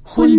婚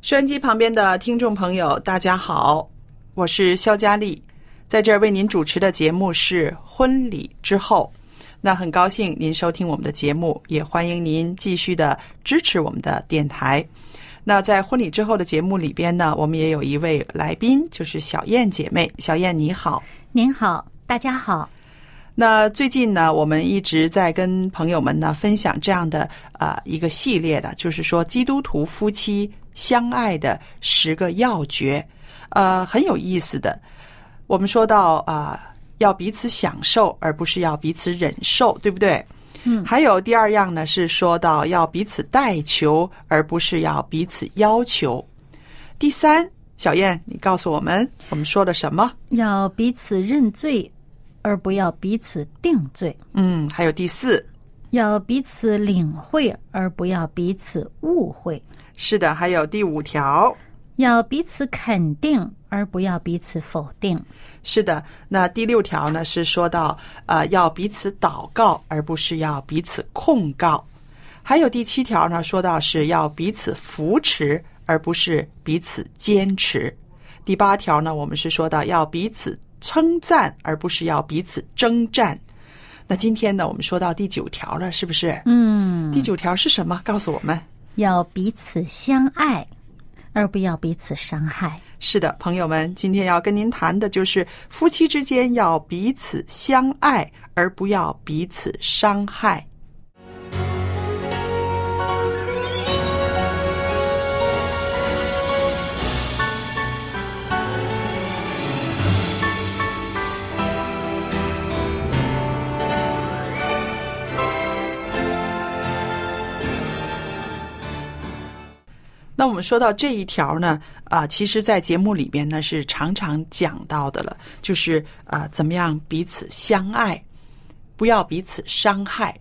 收音机旁边的听众朋友，大家好，我是肖佳丽，在这儿为您主持的节目是《婚礼之后》。那很高兴您收听我们的节目，也欢迎您继续的支持我们的电台。那在婚礼之后的节目里边呢，我们也有一位来宾，就是小燕姐妹。小燕你好，您好，大家好。那最近呢，我们一直在跟朋友们呢分享这样的呃一个系列的，就是说基督徒夫妻相爱的十个要诀，呃，很有意思的。我们说到啊、呃要彼此享受，而不是要彼此忍受，对不对？嗯还有第二样呢，是说到要彼此代求，而不是要彼此要求。第三，小燕，你告诉我们，我们说了什么？要彼此认罪，而不要彼此定罪；嗯，还有第四，要彼此领会，而不要彼此误会；是的，还有第五条，要彼此肯定，而不要彼此否定；是的。那第六条呢是说到呃要彼此祷告，而不是要彼此控告。还有第七条呢，说到是要彼此扶持，而不是彼此坚持。第八条呢，我们是说到要彼此称赞，而不是要彼此征战。那今天呢，我们说到第九条了，是不是？嗯，第九条是什么？告诉我们。要彼此相爱，而不要彼此伤害。是的，朋友们，今天要跟您谈的就是夫妻之间要彼此相爱，而不要彼此伤害。那我们说到这一条呢，啊、其实，在节目里边呢是常常讲到的了，就是啊、怎么样彼此相爱，不要彼此伤害。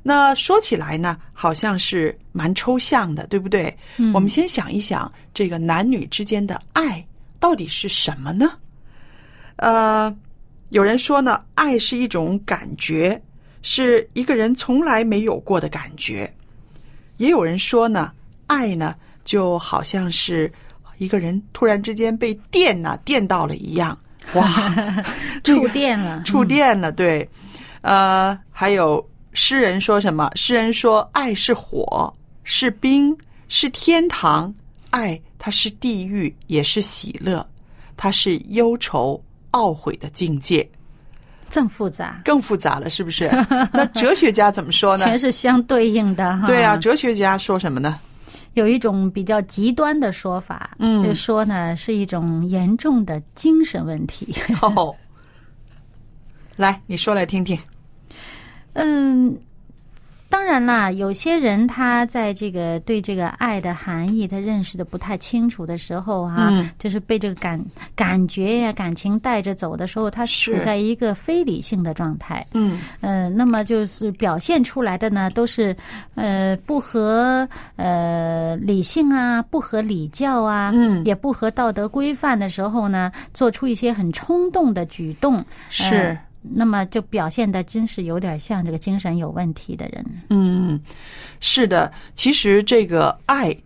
那说起来呢，好像是蛮抽象的，对不对？我们先想一想，这个男女之间的爱到底是什么呢？呃，有人说呢，爱是一种感觉，是一个人从来没有过的感觉。也有人说呢，爱呢就好像是一个人突然之间被电呐、电到了一样，哇，触电了，触电了，对，呃，还有诗人说什么？诗人说，爱是火，是冰，是天堂；爱它是地狱，也是喜乐，它是忧愁、懊悔的境界，这么复杂，更复杂了，是不是？那哲学家怎么说呢？全是相对应的哈。对啊，哲学家说什么呢？有一种比较极端的说法，嗯就说呢是一种严重的精神问题。哦，来，你说来听听。嗯，当然啦，有些人他在这个对这个爱的含义他认识的不太清楚的时候哈、嗯就是被这个感感觉呀、感情带着走的时候，他处是在一个非理性的状态。嗯嗯、那么就是表现出来的呢，都是呃不合呃理性啊，不合礼教啊，嗯也不合道德规范的时候呢，做出一些很冲动的举动，是。那么就表现的真是有点像这个精神有问题的人。嗯，是的，其实这个爱，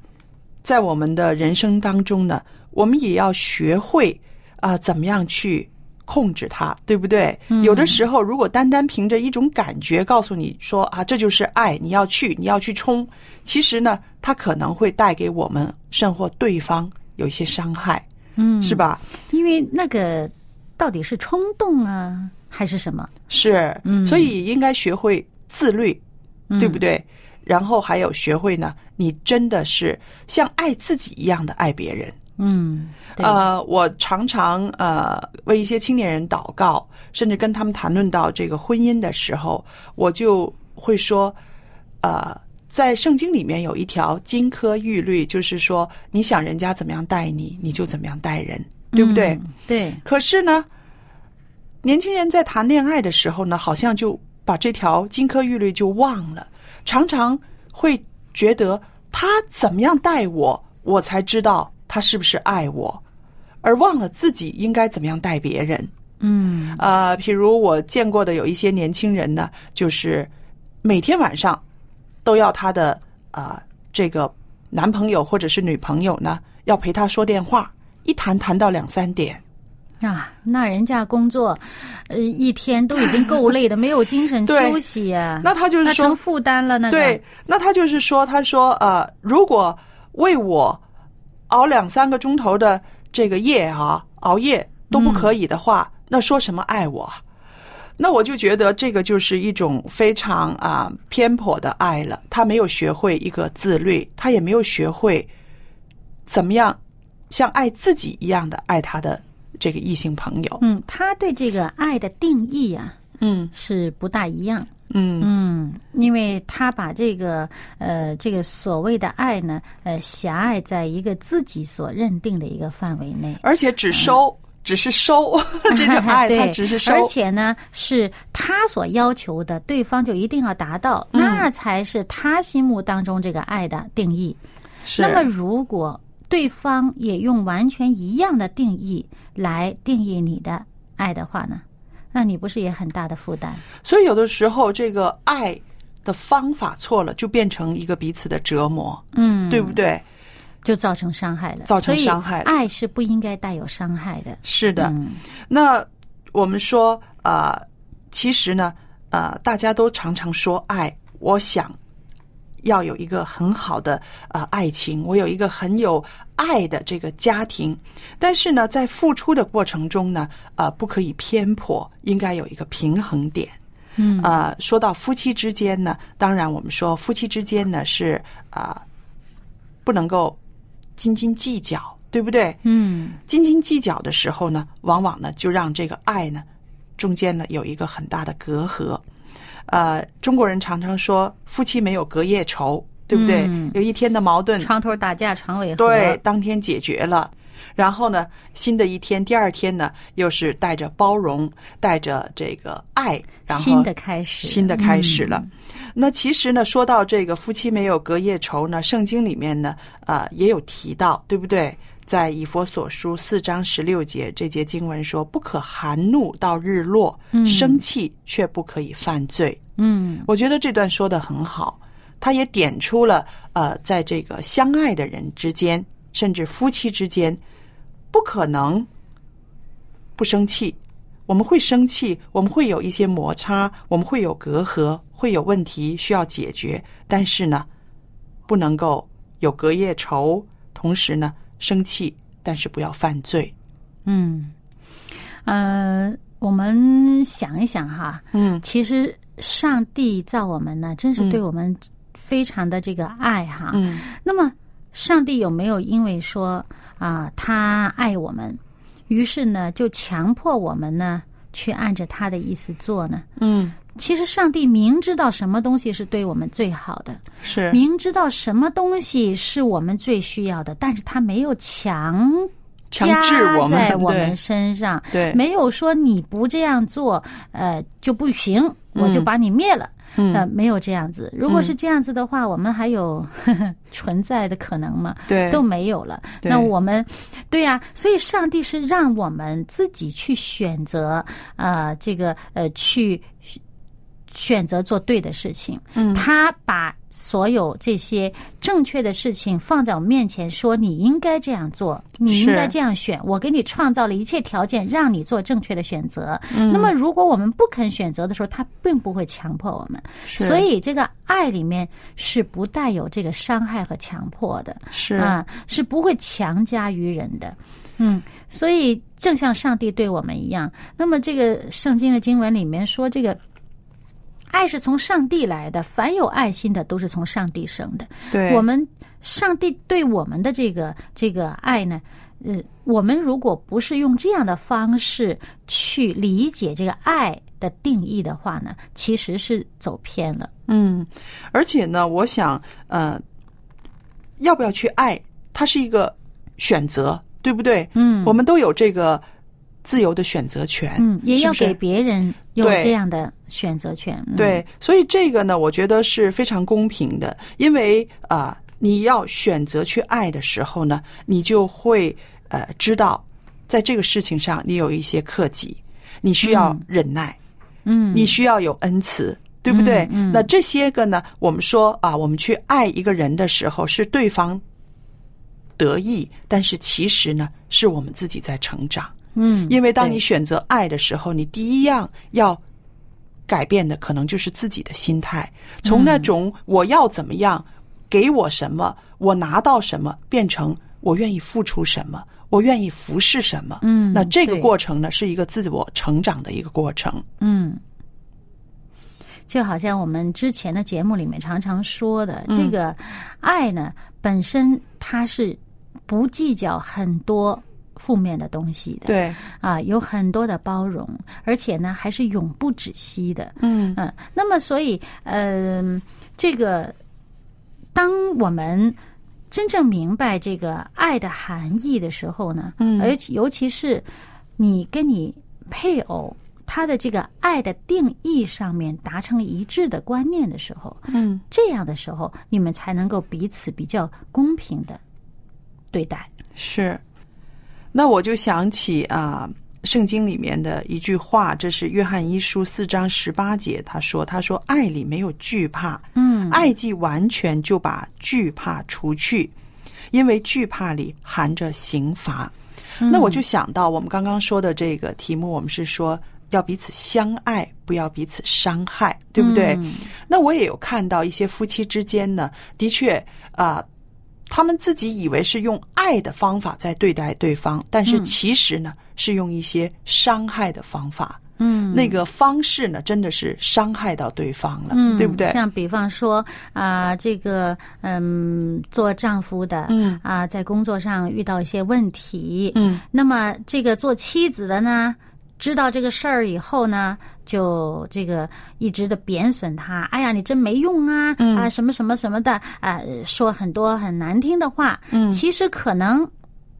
在我们的人生当中呢，我们也要学会啊、怎么样去控制它，对不对？嗯有的时候，如果单单凭着一种感觉告诉你说啊，这就是爱，你要去，你要去冲，其实呢，它可能会带给我们甚或对方有一些伤害，嗯，是吧？因为那个到底是冲动啊，还是什么？是，嗯所以应该学会自律，嗯对不对？然后还有学会呢，你真的是像爱自己一样的爱别人。嗯，对，呃，我常常呃为一些青年人祷告，甚至跟他们谈论到这个婚姻的时候，我就会说，呃，在圣经里面有一条金科玉律，就是说，你想人家怎么样待你，你就怎么样待人，对不对？嗯对，可是呢，年轻人在谈恋爱的时候呢，好像就把这条金科玉律就忘了，常常会觉得他怎么样待我，我才知道他是不是爱我，而忘了自己应该怎么样待别人。嗯呃，譬如我见过的有一些年轻人呢，就是每天晚上都要她的啊、呃这个男朋友或者是女朋友呢，要陪她说电话，一谈谈到两三点。啊，那人家工作，呃，一天都已经够累的，没有精神对休息呀、那他就是嗯那说成，负担了那个。对，那他就是说，他说呃，如果为我熬两三个钟头的这个夜啊，熬夜都不可以的话，那说什么爱我啊？那我就觉得这个就是一种非常啊、偏颇的爱了。他没有学会一个自律，他也没有学会怎么样像爱自己一样的爱他的这个异性朋友。嗯，他对这个爱的定义呀、嗯是不大一样。嗯，嗯，因为他把这个呃这个所谓的爱呢，呃狭隘在一个自己所认定的一个范围内。而且只收，只是收 这 个爱，对，他只是收。而且呢，是他所要求的，对方就一定要达到，嗯那才是他心目当中这个爱的定义。是那么，如果对方也用完全一样的定义来定义你的爱的话呢，那你不是也很大的负担？所以有的时候这个爱的方法错了，就变成一个彼此的折磨，嗯，对不对？就造成伤害了，造所成以伤害了爱是不应该带有伤害的。是的。嗯那我们说，呃，其实呢，呃，大家都常常说爱，我想要有一个很好的呃爱情，我有一个很有爱的这个家庭。但是呢，在付出的过程中呢，呃，不可以偏颇，应该有一个平衡点。嗯呃，说到夫妻之间呢，当然我们说夫妻之间呢是啊、呃不能够斤斤计较，对不对？嗯斤斤计较的时候呢，往往呢就让这个爱呢中间呢有一个很大的隔阂。呃，中国人常常说夫妻没有隔夜仇，对不对？嗯有一天的矛盾，床头打架床尾和，对，当天解决了。然后呢，新的一天，第二天呢，又是带着包容，带着这个爱，然后新的开始，新的开始了。那其实呢，说到这个夫妻没有隔夜仇呢，圣经里面呢，啊也有提到，对不对？在以佛所书四章十六节这节经文说：“不可含怒到日落，生气却不可以犯罪。嗯。我觉得这段说的很好，他也点出了呃，在这个相爱的人之间，甚至夫妻之间，不可能不生气。我们会生气，我们会有一些摩擦，我们会有隔阂，会有问题需要解决。但是呢，不能够有隔夜仇，同时呢，生气，但是不要犯罪。嗯，呃，我们想一想哈，嗯，其实上帝造我们呢，真是对我们非常的这个爱哈。嗯，那么，上帝有没有因为说啊、他爱我们，于是呢，就强迫我们呢去按着他的意思做呢？嗯，其实上帝明知道什么东西是对我们最好的，是明知道什么东西是我们最需要的，但是他没有强强制加我们在我对们身上，对没有说你不这样做，呃就不行，我就嗯把你灭了。嗯呃，没有这样子。如果嗯是这样子的话，我们还有 存在的可能吗？对都没有了。对那我们，对呀、所以上帝是让我们自己去选择，呃，这个呃，去选择做对的事情。嗯他把所有这些正确的事情放在我们面前，说你应该这样做，你应是该这样选。我给你创造了一切条件，让你做正确的选择。嗯那么，如果我们不肯选择的时候，他并不会强迫我们。是所以，这个爱里面是不带有这个伤害和强迫的。是啊，是不会强加于人的。嗯，所以正像上帝对我们一样，那么这个圣经的经文里面说，这个爱是从上帝来的，凡有爱心的都是从上帝生的。对我们上帝对我们的这个这个爱呢，呃，我们如果不是用这样的方式去理解这个爱的定义的话呢，其实是走偏了。嗯，而且呢，我想，呃，要不要去爱，它是一个选择，对不对？嗯我们都有这个自由的选择权。嗯，也要是不给是别人有对这样的选择权。嗯、对，所以这个呢，我觉得是非常公平的，因为啊、你要选择去爱的时候呢，你就会呃知道，在这个事情上你有一些克己，你需要忍耐，嗯，你需要有恩慈。对不对？嗯嗯那这些个呢？我们说啊，我们去爱一个人的时候，是对方得意，但是其实呢，是我们自己在成长。嗯，因为当你对选择爱的时候，你第一样要改变的可能就是自己的心态，嗯从那种我要怎么样，给我什么，我拿到什么，变成我愿意付出什么，我愿意服侍什么。嗯那这个对过程呢，是一个自我成长的一个过程。嗯，就好像我们之前的节目里面常常说的，嗯这个爱呢本身它是不计较很多负面的东西的，对，啊，有很多的包容，而且呢还是永不止息的，嗯，嗯，那么所以，嗯、这个，当我们真正明白这个爱的含义的时候呢，嗯而且尤其是你跟你配偶他的这个爱的定义上面达成一致的观念的时候，嗯，这样的时候，你们才能够彼此比较公平的对待。是。那我就想起啊，圣经里面的一句话，这是约翰一书四章十八节，他说：“他说爱里没有惧怕，嗯爱既完全，就把惧怕除去，因为惧怕里含着刑罚。那嗯我就想到我们刚刚说的这个题目，我们是说要彼此相爱，不要彼此伤害，对不对？嗯那我也有看到一些夫妻之间呢，的确啊、他们自己以为是用爱的方法在对待对方，但嗯是其实呢，是用一些伤害的方法。嗯，那个方式呢，真的是伤害到对方了，嗯，对不对？像比方说啊、这个嗯，做丈夫的，嗯啊、在工作上遇到一些问题，嗯，那么这个做妻子的呢，知道这个事儿以后呢，就这个一直的贬损他，哎呀，你真没用啊，嗯啊，什么什么什么的，啊、说很多很难听的话，嗯，其实可能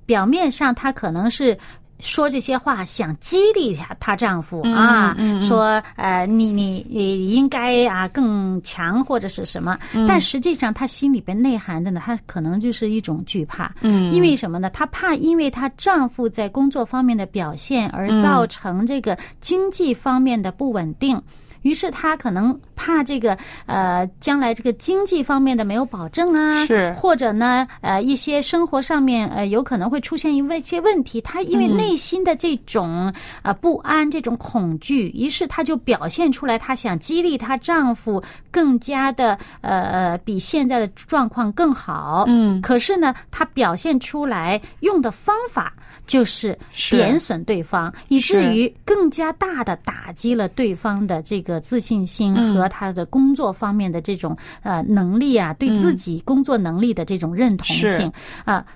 表面上她可能是。说这些话想激励她她丈夫啊，说呃你你你应该啊更强或者是什么，但实际上她心里边内涵的呢，她可能就是一种惧怕，嗯，因为什么呢？她怕因为她丈夫在工作方面的表现而造成这个经济方面的不稳定。于是她可能怕这个呃，将来这个经济方面的没有保证啊，是或者呢，呃，一些生活上面呃，有可能会出现一问一些问题。她因为嗯内心的这种啊、呃不安、这种恐惧，于是她就表现出来，她想激励她丈夫更加的呃呃，比现在的状况更好。嗯可是呢，她表现出来用的方法就是是贬损对方，以至是于更加大的打击了对方的这个自信心嗯和他的工作方面的这种、呃能力啊，对自己工作能力的这种认同嗯是性啊、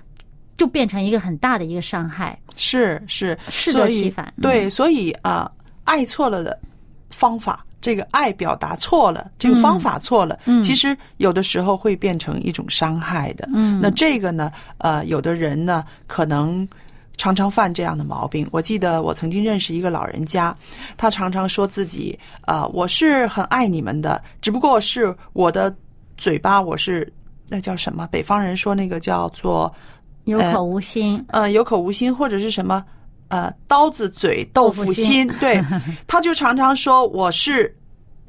就变成一个很大的一个伤害。是是，适所得以其反嗯对，所以啊、爱错了的方法这个爱表达错了，这个方法错了，嗯其实有的时候会变成一种伤害的。嗯那这个呢，呃，有的人呢可能常常犯这样的毛病。我记得我曾经认识一个老人家，他常常说自己，呃，我是很爱你们的，只不过是我的嘴巴，我是那叫什么？北方人说那个叫做，有口无心，呃，有口无心或者是什么，呃，刀子嘴豆腐心。 对，他就常常说我是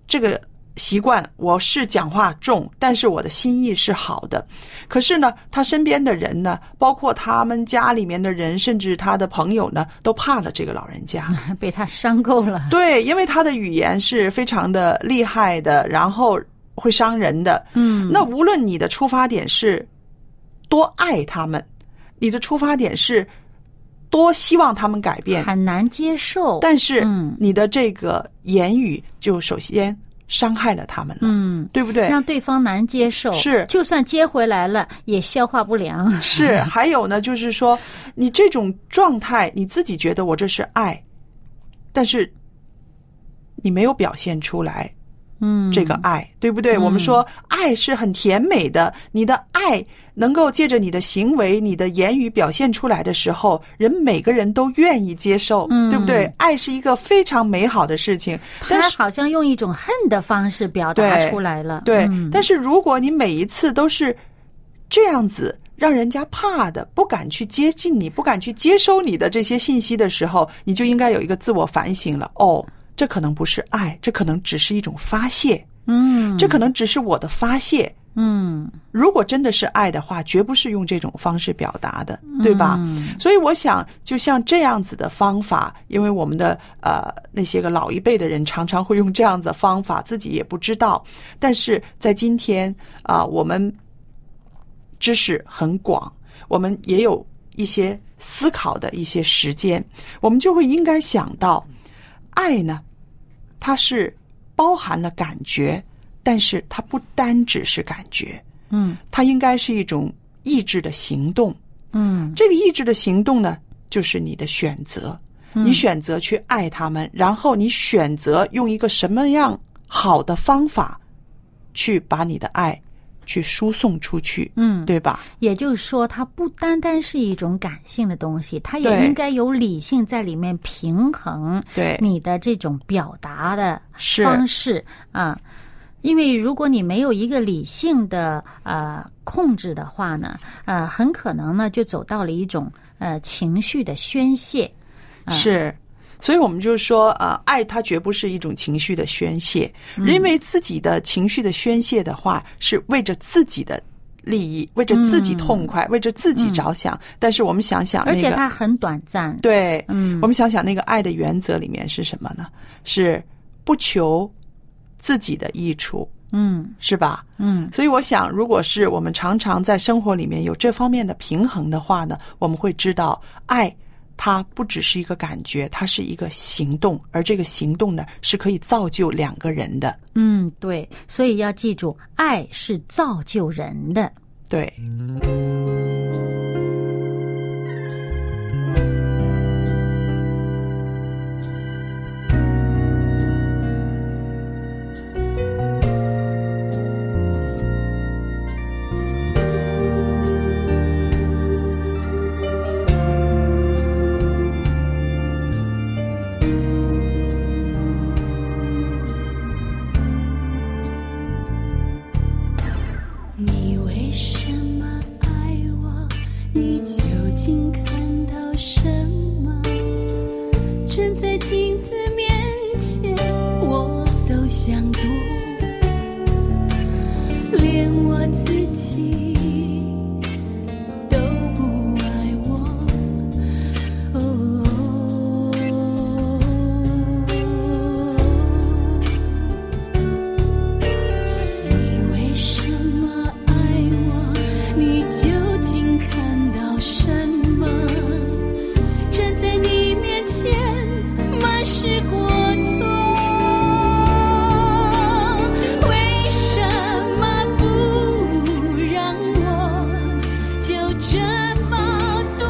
这个。习惯我是讲话重，但是我的心意是好的。可是呢，他身边的人呢，包括他们家里面的人，甚至他的朋友呢，都怕了这个老人 家。被他伤够了。对，因为他的语言是非常的厉害的，然后会伤人的。嗯，那无论你的出发点是多爱他们，你的出发点是多希望他们改变，很难接受。但是嗯你的这个言语就首先伤害了他们了，嗯，对不对？让对方难接受，是就算接回来了，也消化不良。是， 还有呢，就是说你这种状态，你自己觉得我这是爱，但是你没有表现出来，嗯，这个爱，对不对？嗯我们说爱是很甜美的，你的爱能够借着你的行为、你的言语表现出来的时候，人每个人都愿意接受，嗯对不对？爱是一个非常美好的事情，但他是。好像用一种恨的方式表达对出来了。对，嗯但是如果你每一次都是这样子，让人家怕的，不敢去接近你，不敢去接收你的这些信息的时候，你就应该有一个自我反省了。哦，这可能不是爱，这可能只是一种发泄，嗯，这可能只是我的发泄。嗯，如果真的是爱的话，绝不是用这种方式表达的，对吧？嗯所以我想，就像这样子的方法，因为我们的呃那些个老一辈的人常常会用这样的方法，自己也不知道。但是在今天啊、我们知识很广，我们也有一些思考的一些时间，我们就会应该想到，爱呢，它是包含了感觉，但是它不单只是感觉，嗯它应该是一种意志的行动。嗯这个意志的行动呢，就是你的选择，嗯你选择去爱他们，然后你选择用一个什么样好的方法，去把你的爱去输送出去，嗯，对吧？也就是说，它不单单是一种感性的东西，它也对应该有理性在里面平衡对，你的这种表达的是方式啊。因为如果你没有一个理性的呃控制的话呢，呃，很可能呢就走到了一种呃情绪的宣泄。嗯是，所以我们就说，呃，爱它绝不是一种情绪的宣泄，嗯因为自己的情绪的宣泄的话，是为着自己的利益，为着自己痛快，为着自己着想。但是我们想想、啊嗯那而个，且它很短暂。对，嗯我们想想那个爱的原则里面是什么呢？是不求自己的益处，嗯是吧？嗯所以我想，如果是我们常常在生活里面有这方面的平衡的话呢，我们会知道，爱它不只是一个感觉，它是一个行动，而这个行动呢，是可以造就两个人的。嗯，对，所以要记住，爱是造就人的。对，你为什么爱我？你究竟看到什么？站在镜子面前，我都想躲，连我自己都不爱我。哦。你为什么爱我？你究竟看到什么？站在你面前，满是过错。为什么不让我就这么多？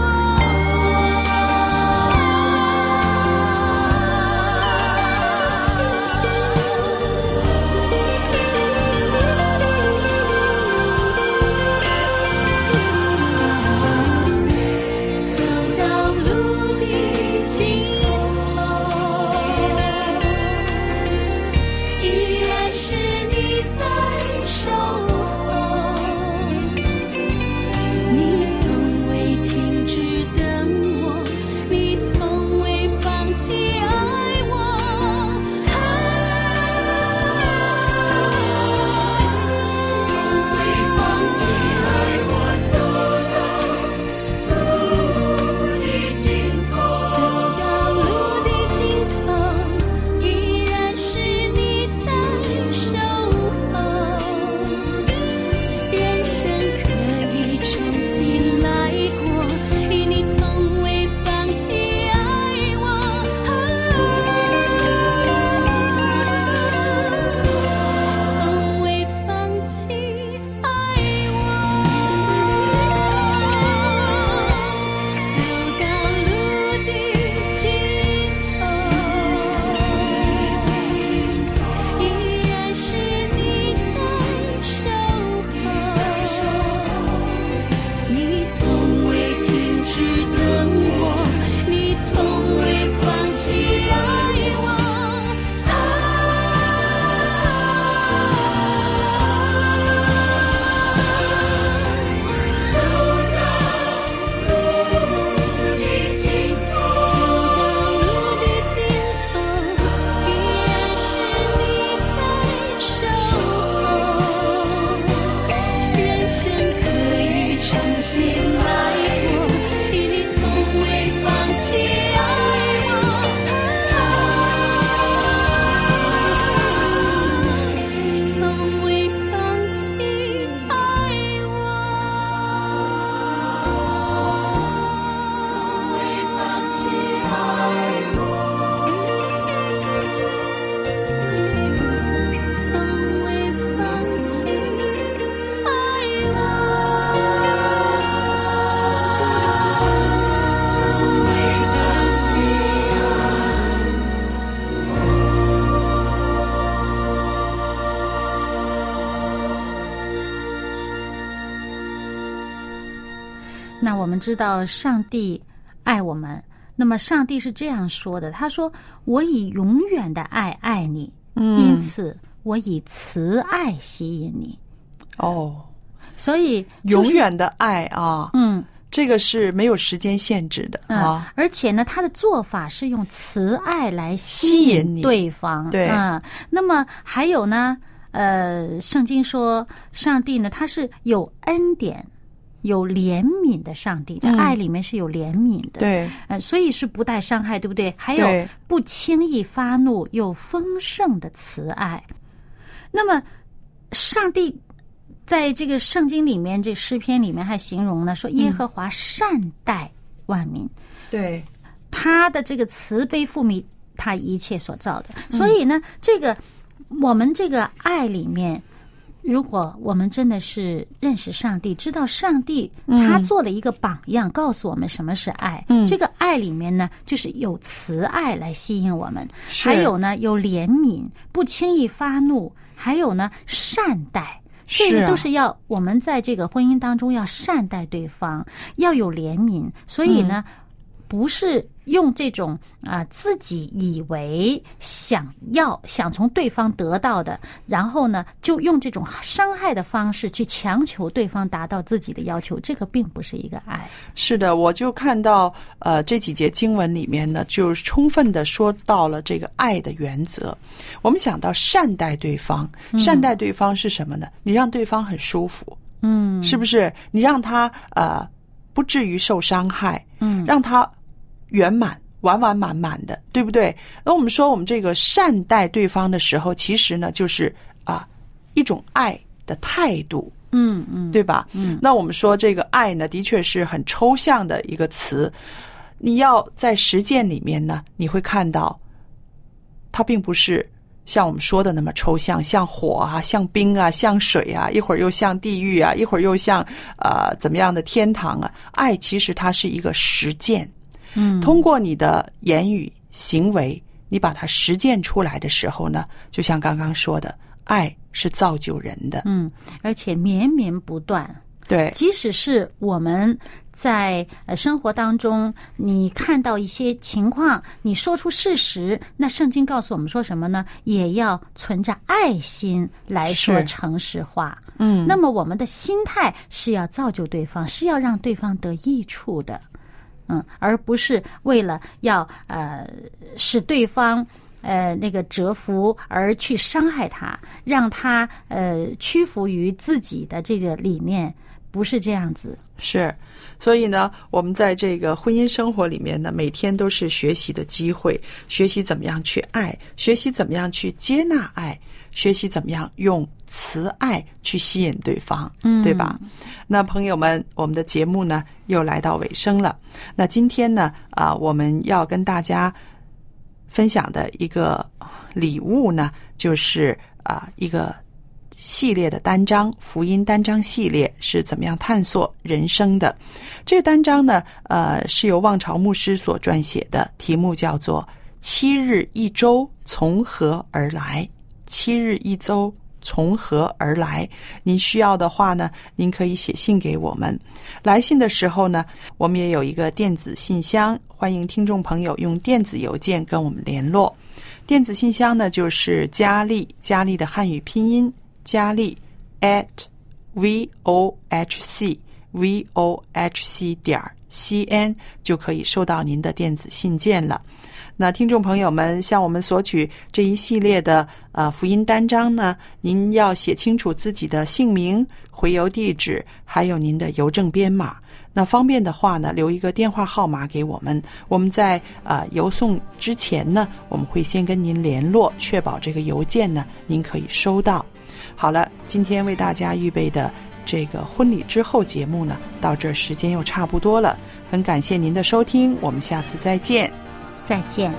直等我，你从未放弃爱我。啊，走到路的尽头，走到路的尽头，依然是你在守候。人生可以重新来过，因你从未放弃爱我，从未放弃爱我，从未放弃爱我，从未放弃。爱我，从未放弃爱。那我们知道上帝爱我们，那么上帝是这样说的：“他说，我以永远的爱爱你，嗯因此我以慈爱吸引你。哦，”所以就是永远的爱啊，嗯这个是没有时间限制的嗯、啊。而且呢，他的做法是用慈爱来吸吸引引你对方。对嗯，那么还有呢，呃，圣经说上帝呢，他是有恩典、有怜悯的上帝，这嗯爱里面是有怜悯的。对，呃，所以是不带伤害，对不对？还有对不轻易发怒，有丰盛的慈爱。那么，上帝在这个圣经里面，这诗篇里面还形容呢，说耶和华善待万民，对，他的这个慈悲父悯他一切所造的。嗯所以呢，这个我们这个爱里面。如果我们真的是认识上帝，知道上帝他做了一个榜样，告诉我们什么是爱。嗯这个爱里面呢，就是有慈爱来吸引我们，是还有呢有怜悯，不轻易发怒，还有呢善待。这是个啊都是要我们在这个婚姻当中要善待对方，要有怜悯。所以呢，嗯不是用这种啊、自己以为想要想从对方得到的，然后呢就用这种伤害的方式去强求对方达到自己的要求，这个并不是一个爱。是的，我就看到呃这几节经文里面呢，就是充分的说到了这个爱的原则。我们想到善待对方，善待对方是什么呢？你让对方很舒服，嗯是不是？你让他呃不至于受伤害，嗯让他圆满。完完满满的，对不对？那我们说，我们这个善待对方的时候，其实呢，就是啊，一种爱的态度。嗯嗯，对吧？嗯，那我们说这个爱呢，的确是很抽象的一个词，你要在实践里面呢，你会看到，它并不是像我们说的那么抽象，像火啊，像冰啊，像水啊，一会儿又像地狱啊，一会儿又像呃怎么样的天堂啊。爱其实它是一个实践，嗯，通过你的言语行为，你把它实践出来的时候呢，就像刚刚说的，爱是造就人的，嗯，而且绵绵不断。对，即使是我们在呃生活当中，你看到一些情况，你说出事实，那圣经告诉我们说什么呢？也要存着爱心来说是诚实话。嗯那么我们的心态是要造就对方，是要让对方得益处的，嗯，而不是为了要呃使对方。呃，那个折服而去伤害他，让他呃屈服于自己的这个理念，不是这样子。是，所以呢，我们在这个婚姻生活里面呢，每天都是学习的机会，学习怎么样去爱，学习怎么样去接纳爱，学习怎么样用慈爱去吸引对方，嗯，对吧？那朋友们，我们的节目呢又来到尾声了。那今天呢，啊、我们要跟大家分享的一个礼物呢，就是啊、一个系列的单章，福音单章系列是怎么样探索人生的。这个单章呢，呃，是由望潮牧师所撰写的，题目叫做《七日一周从何而来》。七日一周从何而来。您需要的话呢，您可以写信给我们。来信的时候呢，我们也有一个电子信箱，欢迎听众朋友用电子邮件跟我们联络。电子信箱呢就是佳丽，佳丽的汉语拼音佳丽 at v o h c v o h c 点儿 c n 就可以收到您的电子信件了。那听众朋友们向我们索取这一系列的呃福音单张呢，您要写清楚自己的姓名、回邮地址，还有您的邮政编码。那方便的话呢，留一个电话号码给我们，我们在呃邮送之前呢，我们会先跟您联络，确保这个邮件呢您可以收到。好了，今天为大家预备的这个婚礼之后节目呢，到这儿时间又差不多了，很感谢您的收听，我们下次再见。再见。